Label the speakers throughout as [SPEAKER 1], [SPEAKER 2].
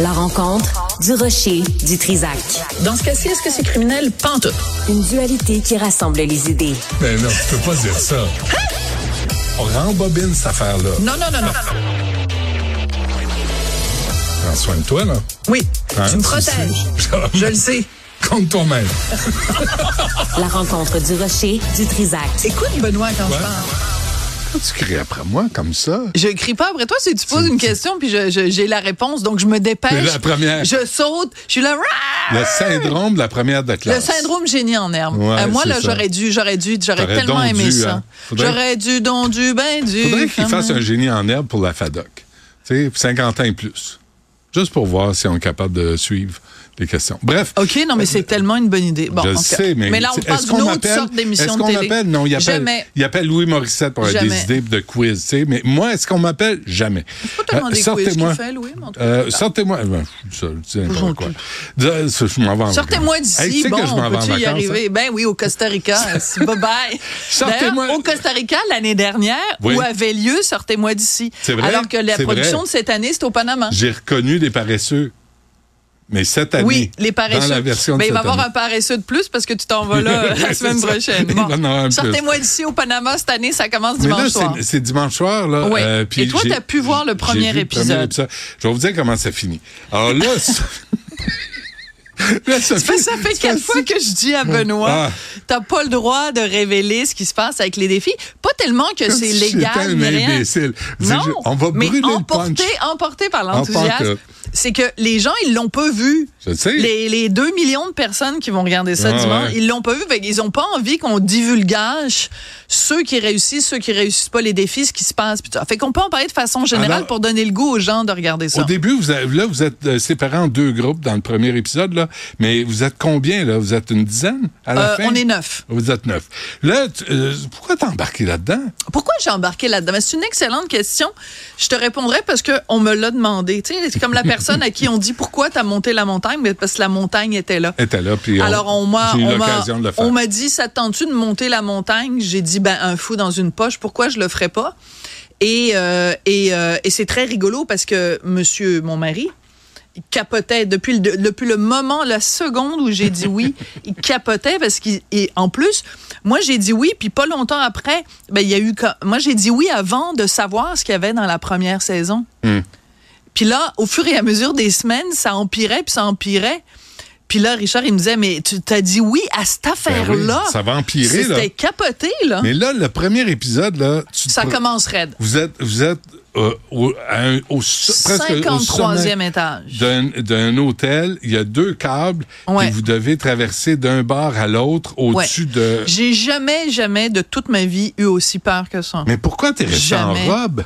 [SPEAKER 1] La rencontre du rocher du Trisac.
[SPEAKER 2] Dans ce cas-ci, est-ce que c'est criminel? Pente.
[SPEAKER 1] Une dualité qui rassemble les idées.
[SPEAKER 3] Mais Ben non, tu peux pas dire ça. On rembobine cette affaire-là.
[SPEAKER 2] Hein? Non, non, non, non.
[SPEAKER 3] Prends soin de toi, là.
[SPEAKER 2] Oui,
[SPEAKER 3] Hein,
[SPEAKER 2] tu me
[SPEAKER 3] tu
[SPEAKER 2] protèges.
[SPEAKER 3] sais.
[SPEAKER 2] Je le sais.
[SPEAKER 3] Compte toi-même.
[SPEAKER 1] La rencontre du rocher du Trisac.
[SPEAKER 2] Écoute, Benoît, quand
[SPEAKER 3] Ouais.
[SPEAKER 2] je parle.
[SPEAKER 3] Pourquoi tu cries après moi comme ça?
[SPEAKER 2] Je crie pas après toi, si tu poses une question, puis je- je- j'ai la réponse, donc je me
[SPEAKER 3] C'est
[SPEAKER 2] dépêche.
[SPEAKER 3] la première.
[SPEAKER 2] Je saute, je suis là.
[SPEAKER 3] Le syndrome de la première de
[SPEAKER 2] Le
[SPEAKER 3] classe.
[SPEAKER 2] syndrome génie en herbe.
[SPEAKER 3] Ouais,
[SPEAKER 2] Euh, moi,
[SPEAKER 3] c'est
[SPEAKER 2] là,
[SPEAKER 3] ça.
[SPEAKER 2] j'aurais dû, j'aurais dû, j'aurais
[SPEAKER 3] T'aurais
[SPEAKER 2] tellement
[SPEAKER 3] donc
[SPEAKER 2] aimé
[SPEAKER 3] dû,
[SPEAKER 2] ça.
[SPEAKER 3] hein. Faudrait-
[SPEAKER 2] J'aurais dû, don du, ben du.
[SPEAKER 3] Faudrait qu'il
[SPEAKER 2] Hum,
[SPEAKER 3] fasse
[SPEAKER 2] hum.
[SPEAKER 3] un génie en herbe pour la FADOC. Tu sais, 50 ans et plus. Juste pour voir si on est capable de suivre les questions. Bref.
[SPEAKER 2] OK, non, mais c'est tellement une bonne idée. Bon,
[SPEAKER 3] je
[SPEAKER 2] en tout cas.
[SPEAKER 3] sais, mais,
[SPEAKER 2] là, on
[SPEAKER 3] tu sais,
[SPEAKER 2] parle
[SPEAKER 3] est-ce
[SPEAKER 2] d'une
[SPEAKER 3] qu'on
[SPEAKER 2] autre
[SPEAKER 3] appelle-
[SPEAKER 2] sorte d'émission
[SPEAKER 3] Est-ce
[SPEAKER 2] de
[SPEAKER 3] qu'on
[SPEAKER 2] télé.
[SPEAKER 3] appelle? Non, il appelle,
[SPEAKER 2] Jamais.
[SPEAKER 3] il appelle Louis Morissette pour avoir
[SPEAKER 2] Jamais.
[SPEAKER 3] des idées de quiz. tu sais. Mais moi, est-ce qu'on m'appelle? Jamais. Euh,
[SPEAKER 2] pas tellement des quiz
[SPEAKER 3] sortez-moi.
[SPEAKER 2] qu'il fait, Louis, mais en tout cas,
[SPEAKER 3] Euh,
[SPEAKER 2] c'est pas
[SPEAKER 3] sortez-moi. euh, ben, je dis n'importe
[SPEAKER 2] Toujours
[SPEAKER 3] quoi.
[SPEAKER 2] le
[SPEAKER 3] Dis- ça, Je m'en vais en
[SPEAKER 2] Sortez-moi
[SPEAKER 3] vacances.
[SPEAKER 2] d'ici.
[SPEAKER 3] Ah Hey, tu sais
[SPEAKER 2] bon,
[SPEAKER 3] que je m'en vais en
[SPEAKER 2] peux-tu y
[SPEAKER 3] vacances, hein?
[SPEAKER 2] arriver? Ben oui, au Costa Rica. bye bye.
[SPEAKER 3] Sortez-moi-
[SPEAKER 2] Au Costa Rica, l'année dernière,
[SPEAKER 3] Oui.
[SPEAKER 2] où avait lieu Sortez-moi d'ici.
[SPEAKER 3] C'est vrai,
[SPEAKER 2] Alors que la
[SPEAKER 3] c'est
[SPEAKER 2] production
[SPEAKER 3] vrai.
[SPEAKER 2] de cette année, c'est au Panama.
[SPEAKER 3] J'ai reconnu des paresseux. Mais cette année,
[SPEAKER 2] Oui, les paresseux.
[SPEAKER 3] dans la version
[SPEAKER 2] Ben, il
[SPEAKER 3] de cette
[SPEAKER 2] va y avoir
[SPEAKER 3] année.
[SPEAKER 2] un paresseux de plus parce que tu t'en vas là la
[SPEAKER 3] Ouais,
[SPEAKER 2] semaine
[SPEAKER 3] c'est ça.
[SPEAKER 2] prochaine.
[SPEAKER 3] Il
[SPEAKER 2] Bon.
[SPEAKER 3] va en avoir un plus.
[SPEAKER 2] Sortez-moi d'ici au Panama cette année, ça commence
[SPEAKER 3] Mais
[SPEAKER 2] dimanche
[SPEAKER 3] là,
[SPEAKER 2] soir.
[SPEAKER 3] c'est- c'est dimanche soir. Là, euh,
[SPEAKER 2] Oui. Et
[SPEAKER 3] puis
[SPEAKER 2] toi,
[SPEAKER 3] j'ai-
[SPEAKER 2] t'as pu voir le
[SPEAKER 3] j'ai
[SPEAKER 2] premier
[SPEAKER 3] vu le
[SPEAKER 2] épisode.
[SPEAKER 3] Je vais vous dire comment ça finit. Alors là, ça- Là, Sophie-
[SPEAKER 2] Ben, Ça, ça fait quatre
[SPEAKER 3] Sophie-
[SPEAKER 2] fois que je dis à Benoît,
[SPEAKER 3] Ah.
[SPEAKER 2] t'as pas le droit de révéler ce qui se passe avec les défis. Pas tellement que
[SPEAKER 3] Comme
[SPEAKER 2] c'est
[SPEAKER 3] si
[SPEAKER 2] légal,
[SPEAKER 3] j'étais un
[SPEAKER 2] mais rien.
[SPEAKER 3] imbécile. Je veux
[SPEAKER 2] Non,
[SPEAKER 3] dire, je- on va
[SPEAKER 2] mais
[SPEAKER 3] brûler le
[SPEAKER 2] emporté,
[SPEAKER 3] punch.
[SPEAKER 2] emporté par
[SPEAKER 3] Emporte,
[SPEAKER 2] l'enthousiasme,
[SPEAKER 3] euh.
[SPEAKER 2] c'est que les gens, ils l'ont pas vu.
[SPEAKER 3] Je le sais.
[SPEAKER 2] Les, les 2 millions de personnes qui vont regarder ça
[SPEAKER 3] Ah Ouais,
[SPEAKER 2] dimanche,
[SPEAKER 3] ouais.
[SPEAKER 2] ils l'ont pas vu. Fait qu'ils ont pas envie qu'on divulgage ceux qui réussissent, ceux qui réussissent pas, les défis, ce qui se passe. puis tout ça. Fait qu'on peut en parler de façon générale
[SPEAKER 3] Alors-
[SPEAKER 2] pour donner le goût aux gens de regarder ça.
[SPEAKER 3] Au début, vous avez- là, vous êtes euh, séparés en deux groupes dans le premier épisode, là, mais vous êtes combien, là? Vous êtes une dizaine à la
[SPEAKER 2] Euh,
[SPEAKER 3] fin?
[SPEAKER 2] on est neuf.
[SPEAKER 3] Vous êtes neuf. Là, tu- euh, pourquoi t'es embarqué là-dedans?
[SPEAKER 2] Pourquoi j'ai embarqué là-dedans? Ben, C'est une excellente question. Je te répondrai parce qu'on me l'a demandé. Tu sais, C'est comme la personne à qui on dit pourquoi tu as monté la montagne, mais parce que la montagne était là.
[SPEAKER 3] Était là, puis on-
[SPEAKER 2] Alors, on m'a,
[SPEAKER 3] j'ai eu
[SPEAKER 2] on m'a,
[SPEAKER 3] l'occasion de le faire.
[SPEAKER 2] on m'a dit, ça te tente-tu de monter la montagne? J'ai dit, ben, un fou dans une poche, pourquoi je le ferais pas? Et, euh, et, euh, et c'est très rigolo parce que monsieur, mon mari, il capotait depuis le, depuis le moment, la seconde où j'ai dit oui, il capotait parce qu'il, et en plus, moi, j'ai dit oui, puis pas longtemps après, ben, il y a eu, co- moi, j'ai dit oui avant de savoir ce qu'il y avait dans la première saison.
[SPEAKER 3] Hmm.
[SPEAKER 2] Puis là, au fur et à mesure des semaines, ça empirait, puis ça empirait. Puis là, Richard, il me disait, mais tu t'as dit oui à cette affaire-là.
[SPEAKER 3] Ben ça va empirer, là.
[SPEAKER 2] C'était capoté, là.
[SPEAKER 3] Mais là, le premier épisode, là, tu te
[SPEAKER 2] Hein? ça
[SPEAKER 3] pro-
[SPEAKER 2] commence raide.
[SPEAKER 3] vous êtes, vous êtes euh, au, à un- au so- presque au sommet
[SPEAKER 2] 53e étage.
[SPEAKER 3] d'un d'un hôtel. Il y a deux câbles
[SPEAKER 2] Ouais.
[SPEAKER 3] et vous devez traverser d'un bar à l'autre au-dessus de...
[SPEAKER 2] J'ai jamais, jamais de toute ma vie eu aussi peur que ça.
[SPEAKER 3] Mais pourquoi t'es resté
[SPEAKER 2] Jamais.
[SPEAKER 3] en robe?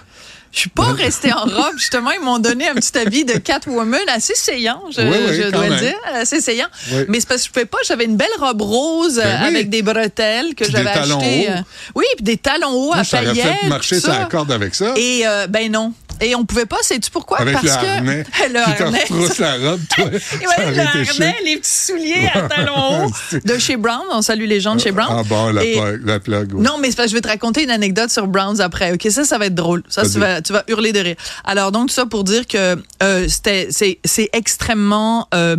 [SPEAKER 2] Je suis pas restée en robe, justement. Ils m'ont donné un petit habit de Catwoman, assez saillant, je,
[SPEAKER 3] Oui, oui,
[SPEAKER 2] je
[SPEAKER 3] quand
[SPEAKER 2] dois le
[SPEAKER 3] même.
[SPEAKER 2] dire, assez saillant.
[SPEAKER 3] Oui.
[SPEAKER 2] Mais c'est parce que je pouvais pas, j'avais une belle robe rose euh,
[SPEAKER 3] Ben oui.
[SPEAKER 2] avec des bretelles que
[SPEAKER 3] Puis
[SPEAKER 2] j'avais
[SPEAKER 3] des talons
[SPEAKER 2] achetées.
[SPEAKER 3] hauts.
[SPEAKER 2] euh, Oui, puis des talons hauts
[SPEAKER 3] Moi,
[SPEAKER 2] à
[SPEAKER 3] je t'aurais
[SPEAKER 2] paillettes.
[SPEAKER 3] fait marcher
[SPEAKER 2] tout
[SPEAKER 3] sur la
[SPEAKER 2] ça.
[SPEAKER 3] corde avec ça.
[SPEAKER 2] Et euh, ben non. Et on pouvait pas, sais-tu pourquoi?
[SPEAKER 3] avec
[SPEAKER 2] Parce
[SPEAKER 3] le
[SPEAKER 2] que
[SPEAKER 3] harnais.
[SPEAKER 2] le
[SPEAKER 3] Puis t'en
[SPEAKER 2] harnais.
[SPEAKER 3] retrousses la robe, toi.
[SPEAKER 2] Et
[SPEAKER 3] ça
[SPEAKER 2] ouais,
[SPEAKER 3] aurait
[SPEAKER 2] le
[SPEAKER 3] été chic.
[SPEAKER 2] harnais, les petits souliers à talons hauts de chez Brown. On salue les gens de chez Brown.
[SPEAKER 3] Ah bon, la,
[SPEAKER 2] Et-
[SPEAKER 3] plug, la plug, oui.
[SPEAKER 2] non, mais c'est parce que je vais te raconter une anecdote sur Browns après. OK, ça, ça va être drôle. Ça, tu
[SPEAKER 3] Vas-y.
[SPEAKER 2] vas, tu vas hurler de rire. Alors, donc, ça pour dire que euh, c'était- c'est c'est extrêmement euh,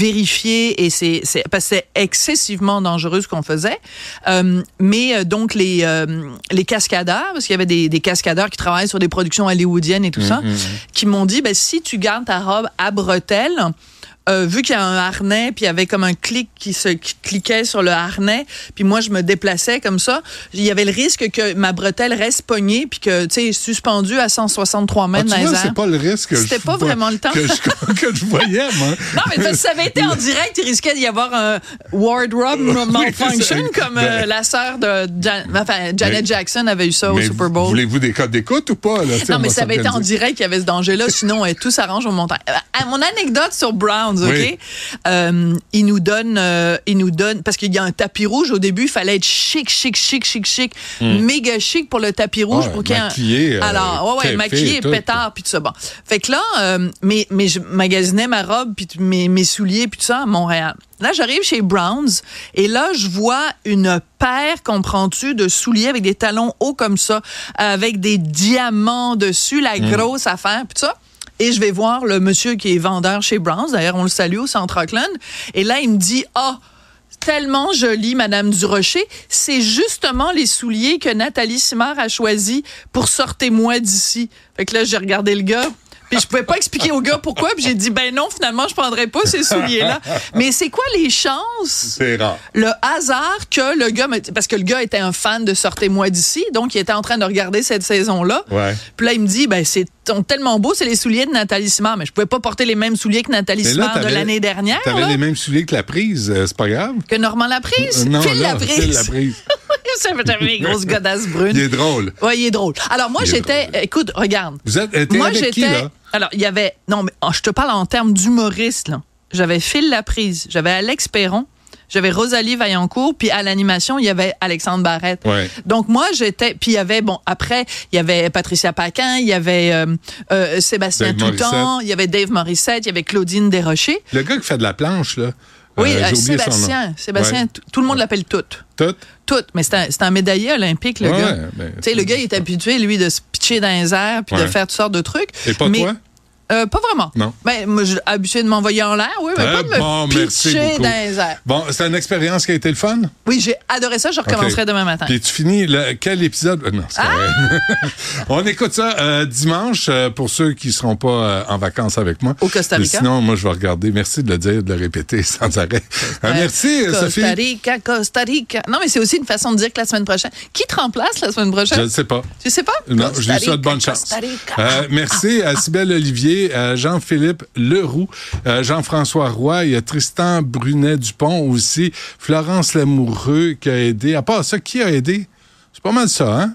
[SPEAKER 2] vérifié et c'est c'est- parce que c'est excessivement dangereux ce qu'on faisait. Euh, mais euh, donc, les, euh, les cascadeurs, parce qu'il y avait des, des cascadeurs qui travaillent sur des productions hollywoodiennes et tout ça, qui m'ont dit, ben, si tu gardes ta robe à bretelles, euh, vu qu'il y a un harnais, puis il y avait comme un clic qui se qui cliquait sur le harnais, puis moi je me déplaçais comme ça, il y avait le risque que ma bretelle reste pognée, puis que, tu sais, suspendue à 163
[SPEAKER 3] Ah,
[SPEAKER 2] mètres
[SPEAKER 3] tu
[SPEAKER 2] dans les
[SPEAKER 3] vois,
[SPEAKER 2] airs.
[SPEAKER 3] c'est pas le risque que
[SPEAKER 2] C'était
[SPEAKER 3] je
[SPEAKER 2] pas
[SPEAKER 3] vois-
[SPEAKER 2] vraiment le temps.
[SPEAKER 3] que je, que je voyais, moi.
[SPEAKER 2] Non, mais parce que ça avait été en direct, il risquait d'y avoir un wardrobe malfunction,
[SPEAKER 3] c'est-
[SPEAKER 2] comme euh, la sœur de Jan- enfin, Janet
[SPEAKER 3] Mais-
[SPEAKER 2] Jackson avait eu ça au
[SPEAKER 3] Ben- Mais
[SPEAKER 2] Super
[SPEAKER 3] vous-
[SPEAKER 2] Bowl.
[SPEAKER 3] Voulez-vous des codes d'écoute ou pas? Là, Tu sais,
[SPEAKER 2] Non,
[SPEAKER 3] on
[SPEAKER 2] mais
[SPEAKER 3] va
[SPEAKER 2] ça avait été en
[SPEAKER 3] s'organiser.
[SPEAKER 2] direct qu'il y avait ce danger-là. Sinon, euh, tout s'arrange au montant. Euh, à mon anecdote sur Browns, OK?
[SPEAKER 3] Oui.
[SPEAKER 2] Euh, il nous donne, euh, il nous donne, parce qu'il y a un tapis rouge. Au début, il fallait être chic, chic, chic, chic, chic, méga chic pour le tapis rouge.
[SPEAKER 3] Ah,
[SPEAKER 2] pour qu'il y ait un-
[SPEAKER 3] maquillé, euh,
[SPEAKER 2] Alors, ouais, ouais,
[SPEAKER 3] coiffé
[SPEAKER 2] maquillé,
[SPEAKER 3] et tout.
[SPEAKER 2] pétard, puis tout ça. Bon. Fait que là, euh, mais, mais je magasinais ma robe, puis t- mes, mes souliers, puis tout ça à Montréal. Là, j'arrive chez Browns, et là, je vois une paire, comprends-tu, de souliers avec des
[SPEAKER 3] Mm.
[SPEAKER 2] talons hauts comme ça, avec des diamants dessus, la grosse affaire, puis tout ça. et je vais voir le monsieur qui est vendeur chez Browns. D'ailleurs, on le salue au Centre Auckland. Et là, il me dit, ah, tellement jolie, Madame Durocher. C'est justement les souliers que Nathalie Simard a choisis pour Sortez-moi d'ici. Fait que là, j'ai regardé le gars. Puis je pouvais pas expliquer au gars pourquoi. Puis j'ai dit, ben non, finalement, je prendrais pas ces souliers-là. Mais c'est quoi les chances,
[SPEAKER 3] C'est rare.
[SPEAKER 2] le hasard que le gars... me- Parce que le gars était un fan de Sortez-moi d'ici, donc il était en train de regarder cette saison-là.
[SPEAKER 3] Ouais.
[SPEAKER 2] Puis là, il me dit, ben c'est sont tellement beau, c'est les souliers de Nathalie Simard. Mais je pouvais pas porter les mêmes souliers que Nathalie
[SPEAKER 3] Mais là,
[SPEAKER 2] Simard de
[SPEAKER 3] t'avais-
[SPEAKER 2] l'année dernière,
[SPEAKER 3] T'avais
[SPEAKER 2] là,
[SPEAKER 3] les mêmes souliers que la prise, euh, c'est pas grave.
[SPEAKER 2] que Normand Laprise.
[SPEAKER 3] Euh, non,
[SPEAKER 2] Phil
[SPEAKER 3] là, Phil
[SPEAKER 2] Laprise.
[SPEAKER 3] Laprise.
[SPEAKER 2] Ça fait jamais les grosses godasses brunes.
[SPEAKER 3] Il est drôle.
[SPEAKER 2] Ouais, il est drôle. Alors moi,
[SPEAKER 3] Il est
[SPEAKER 2] j'étais... Écoute, regarde.
[SPEAKER 3] Vous êtes euh, t'es
[SPEAKER 2] Moi,
[SPEAKER 3] avec qui,
[SPEAKER 2] j'étais.
[SPEAKER 3] là?
[SPEAKER 2] Alors, il y avait. Non, mais oh, je te parle en termes d'humoriste, là. J'avais Phil Laprise, j'avais Alex Perron, j'avais Rosalie Vaillancourt, puis à l'animation, il y avait Alexandre Barrette.
[SPEAKER 3] Ouais.
[SPEAKER 2] Donc, moi, j'étais. Puis, il y avait, bon, après, il y avait Patricia Paquin, il y avait euh, euh, Sébastien
[SPEAKER 3] Dave
[SPEAKER 2] Toutan,
[SPEAKER 3] Morissette.
[SPEAKER 2] il y avait Dave Morissette, il y avait Claudine Desrochers.
[SPEAKER 3] Le gars qui fait de la planche, là.
[SPEAKER 2] Oui,
[SPEAKER 3] Euh,
[SPEAKER 2] euh,
[SPEAKER 3] j'ai oublié son nom.
[SPEAKER 2] Sébastien. Sébastien,
[SPEAKER 3] Ouais.
[SPEAKER 2] t- tout le monde l'appelle Toute.
[SPEAKER 3] Tout.
[SPEAKER 2] Tout, mais c'est un, c'est un médaillé olympique, le
[SPEAKER 3] Ouais,
[SPEAKER 2] gars.
[SPEAKER 3] ben,
[SPEAKER 2] tu sais, le gars, il est habitué, lui, de se pitcher dans les airs puis de
[SPEAKER 3] Ouais.
[SPEAKER 2] faire toutes sortes de trucs.
[SPEAKER 3] Et pas
[SPEAKER 2] mais,
[SPEAKER 3] toi?
[SPEAKER 2] Euh, pas vraiment.
[SPEAKER 3] Non.
[SPEAKER 2] Ben, moi, j'ai habitué de m'envoyer en l'air, oui, mais
[SPEAKER 3] Très
[SPEAKER 2] pas de me
[SPEAKER 3] bon, merci
[SPEAKER 2] pitcher
[SPEAKER 3] beaucoup.
[SPEAKER 2] dans les airs.
[SPEAKER 3] Bon, c'est une expérience qui a été le fun?
[SPEAKER 2] Oui, j'ai adoré ça, je recommencerai
[SPEAKER 3] OK.
[SPEAKER 2] demain matin.
[SPEAKER 3] Puis tu finis le- quel épisode? Euh, Non, c'est
[SPEAKER 2] Ah!
[SPEAKER 3] vrai. On écoute ça euh, dimanche euh, pour ceux qui seront pas euh, en vacances avec moi.
[SPEAKER 2] Au Costa
[SPEAKER 3] Mais
[SPEAKER 2] Rica.
[SPEAKER 3] sinon, moi, je vais regarder. Merci de le dire, de le répéter sans arrêt. Euh, merci, euh,
[SPEAKER 2] Costa
[SPEAKER 3] Sophie.
[SPEAKER 2] Rica, Costa Rica. Non, mais c'est aussi une façon de dire que la semaine prochaine. Qui te remplace la semaine
[SPEAKER 3] Je
[SPEAKER 2] prochaine?
[SPEAKER 3] ne sais pas.
[SPEAKER 2] Tu sais pas?
[SPEAKER 3] Non,
[SPEAKER 2] Costa
[SPEAKER 3] je lui souhaite
[SPEAKER 2] Rica,
[SPEAKER 3] bonne chance.
[SPEAKER 2] Costa Rica.
[SPEAKER 3] Euh, merci à Sibelle Olivier, à Jean-Philippe Leroux, euh, Jean-François Roy, il y a Tristan Brunet-Dupont aussi, Florence Lamoureux qui a aidé. À part ça, qui a aidé? C'est pas mal ça, hein?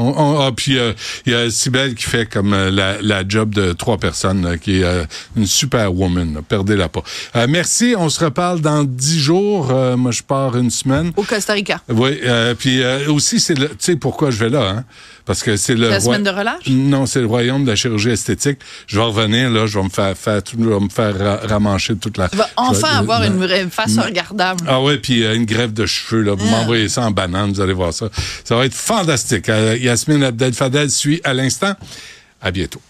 [SPEAKER 3] On- on- ah, puis euh, il y a Sibelle qui fait comme euh, la, la job de trois personnes, là, qui est euh, une super woman. là. Perdez-la pas. Euh, merci, on se reparle dans dix jours. Euh, moi, je pars une semaine.
[SPEAKER 2] Au Costa Rica.
[SPEAKER 3] Oui, euh, puis euh, aussi, c'est le- tu sais pourquoi je vais là, hein? Parce que c'est le.
[SPEAKER 2] La
[SPEAKER 3] roi-
[SPEAKER 2] semaine de relâche?
[SPEAKER 3] Non, c'est le royaume de la chirurgie esthétique. Je vais revenir, là, je vais me faire, faire tout- je vais me faire ra- ramancher toute la.
[SPEAKER 2] Tu vas enfin avoir une
[SPEAKER 3] vraie...
[SPEAKER 2] vraie face regardable.
[SPEAKER 3] Ah ouais, puis euh, une grève de cheveux, là. Vous
[SPEAKER 2] Ah.
[SPEAKER 3] m'envoyez ça en banane, vous allez voir ça. Ça va être fantastique. Euh, Yasmine Abdel Fadel suit à l'instant. À bientôt.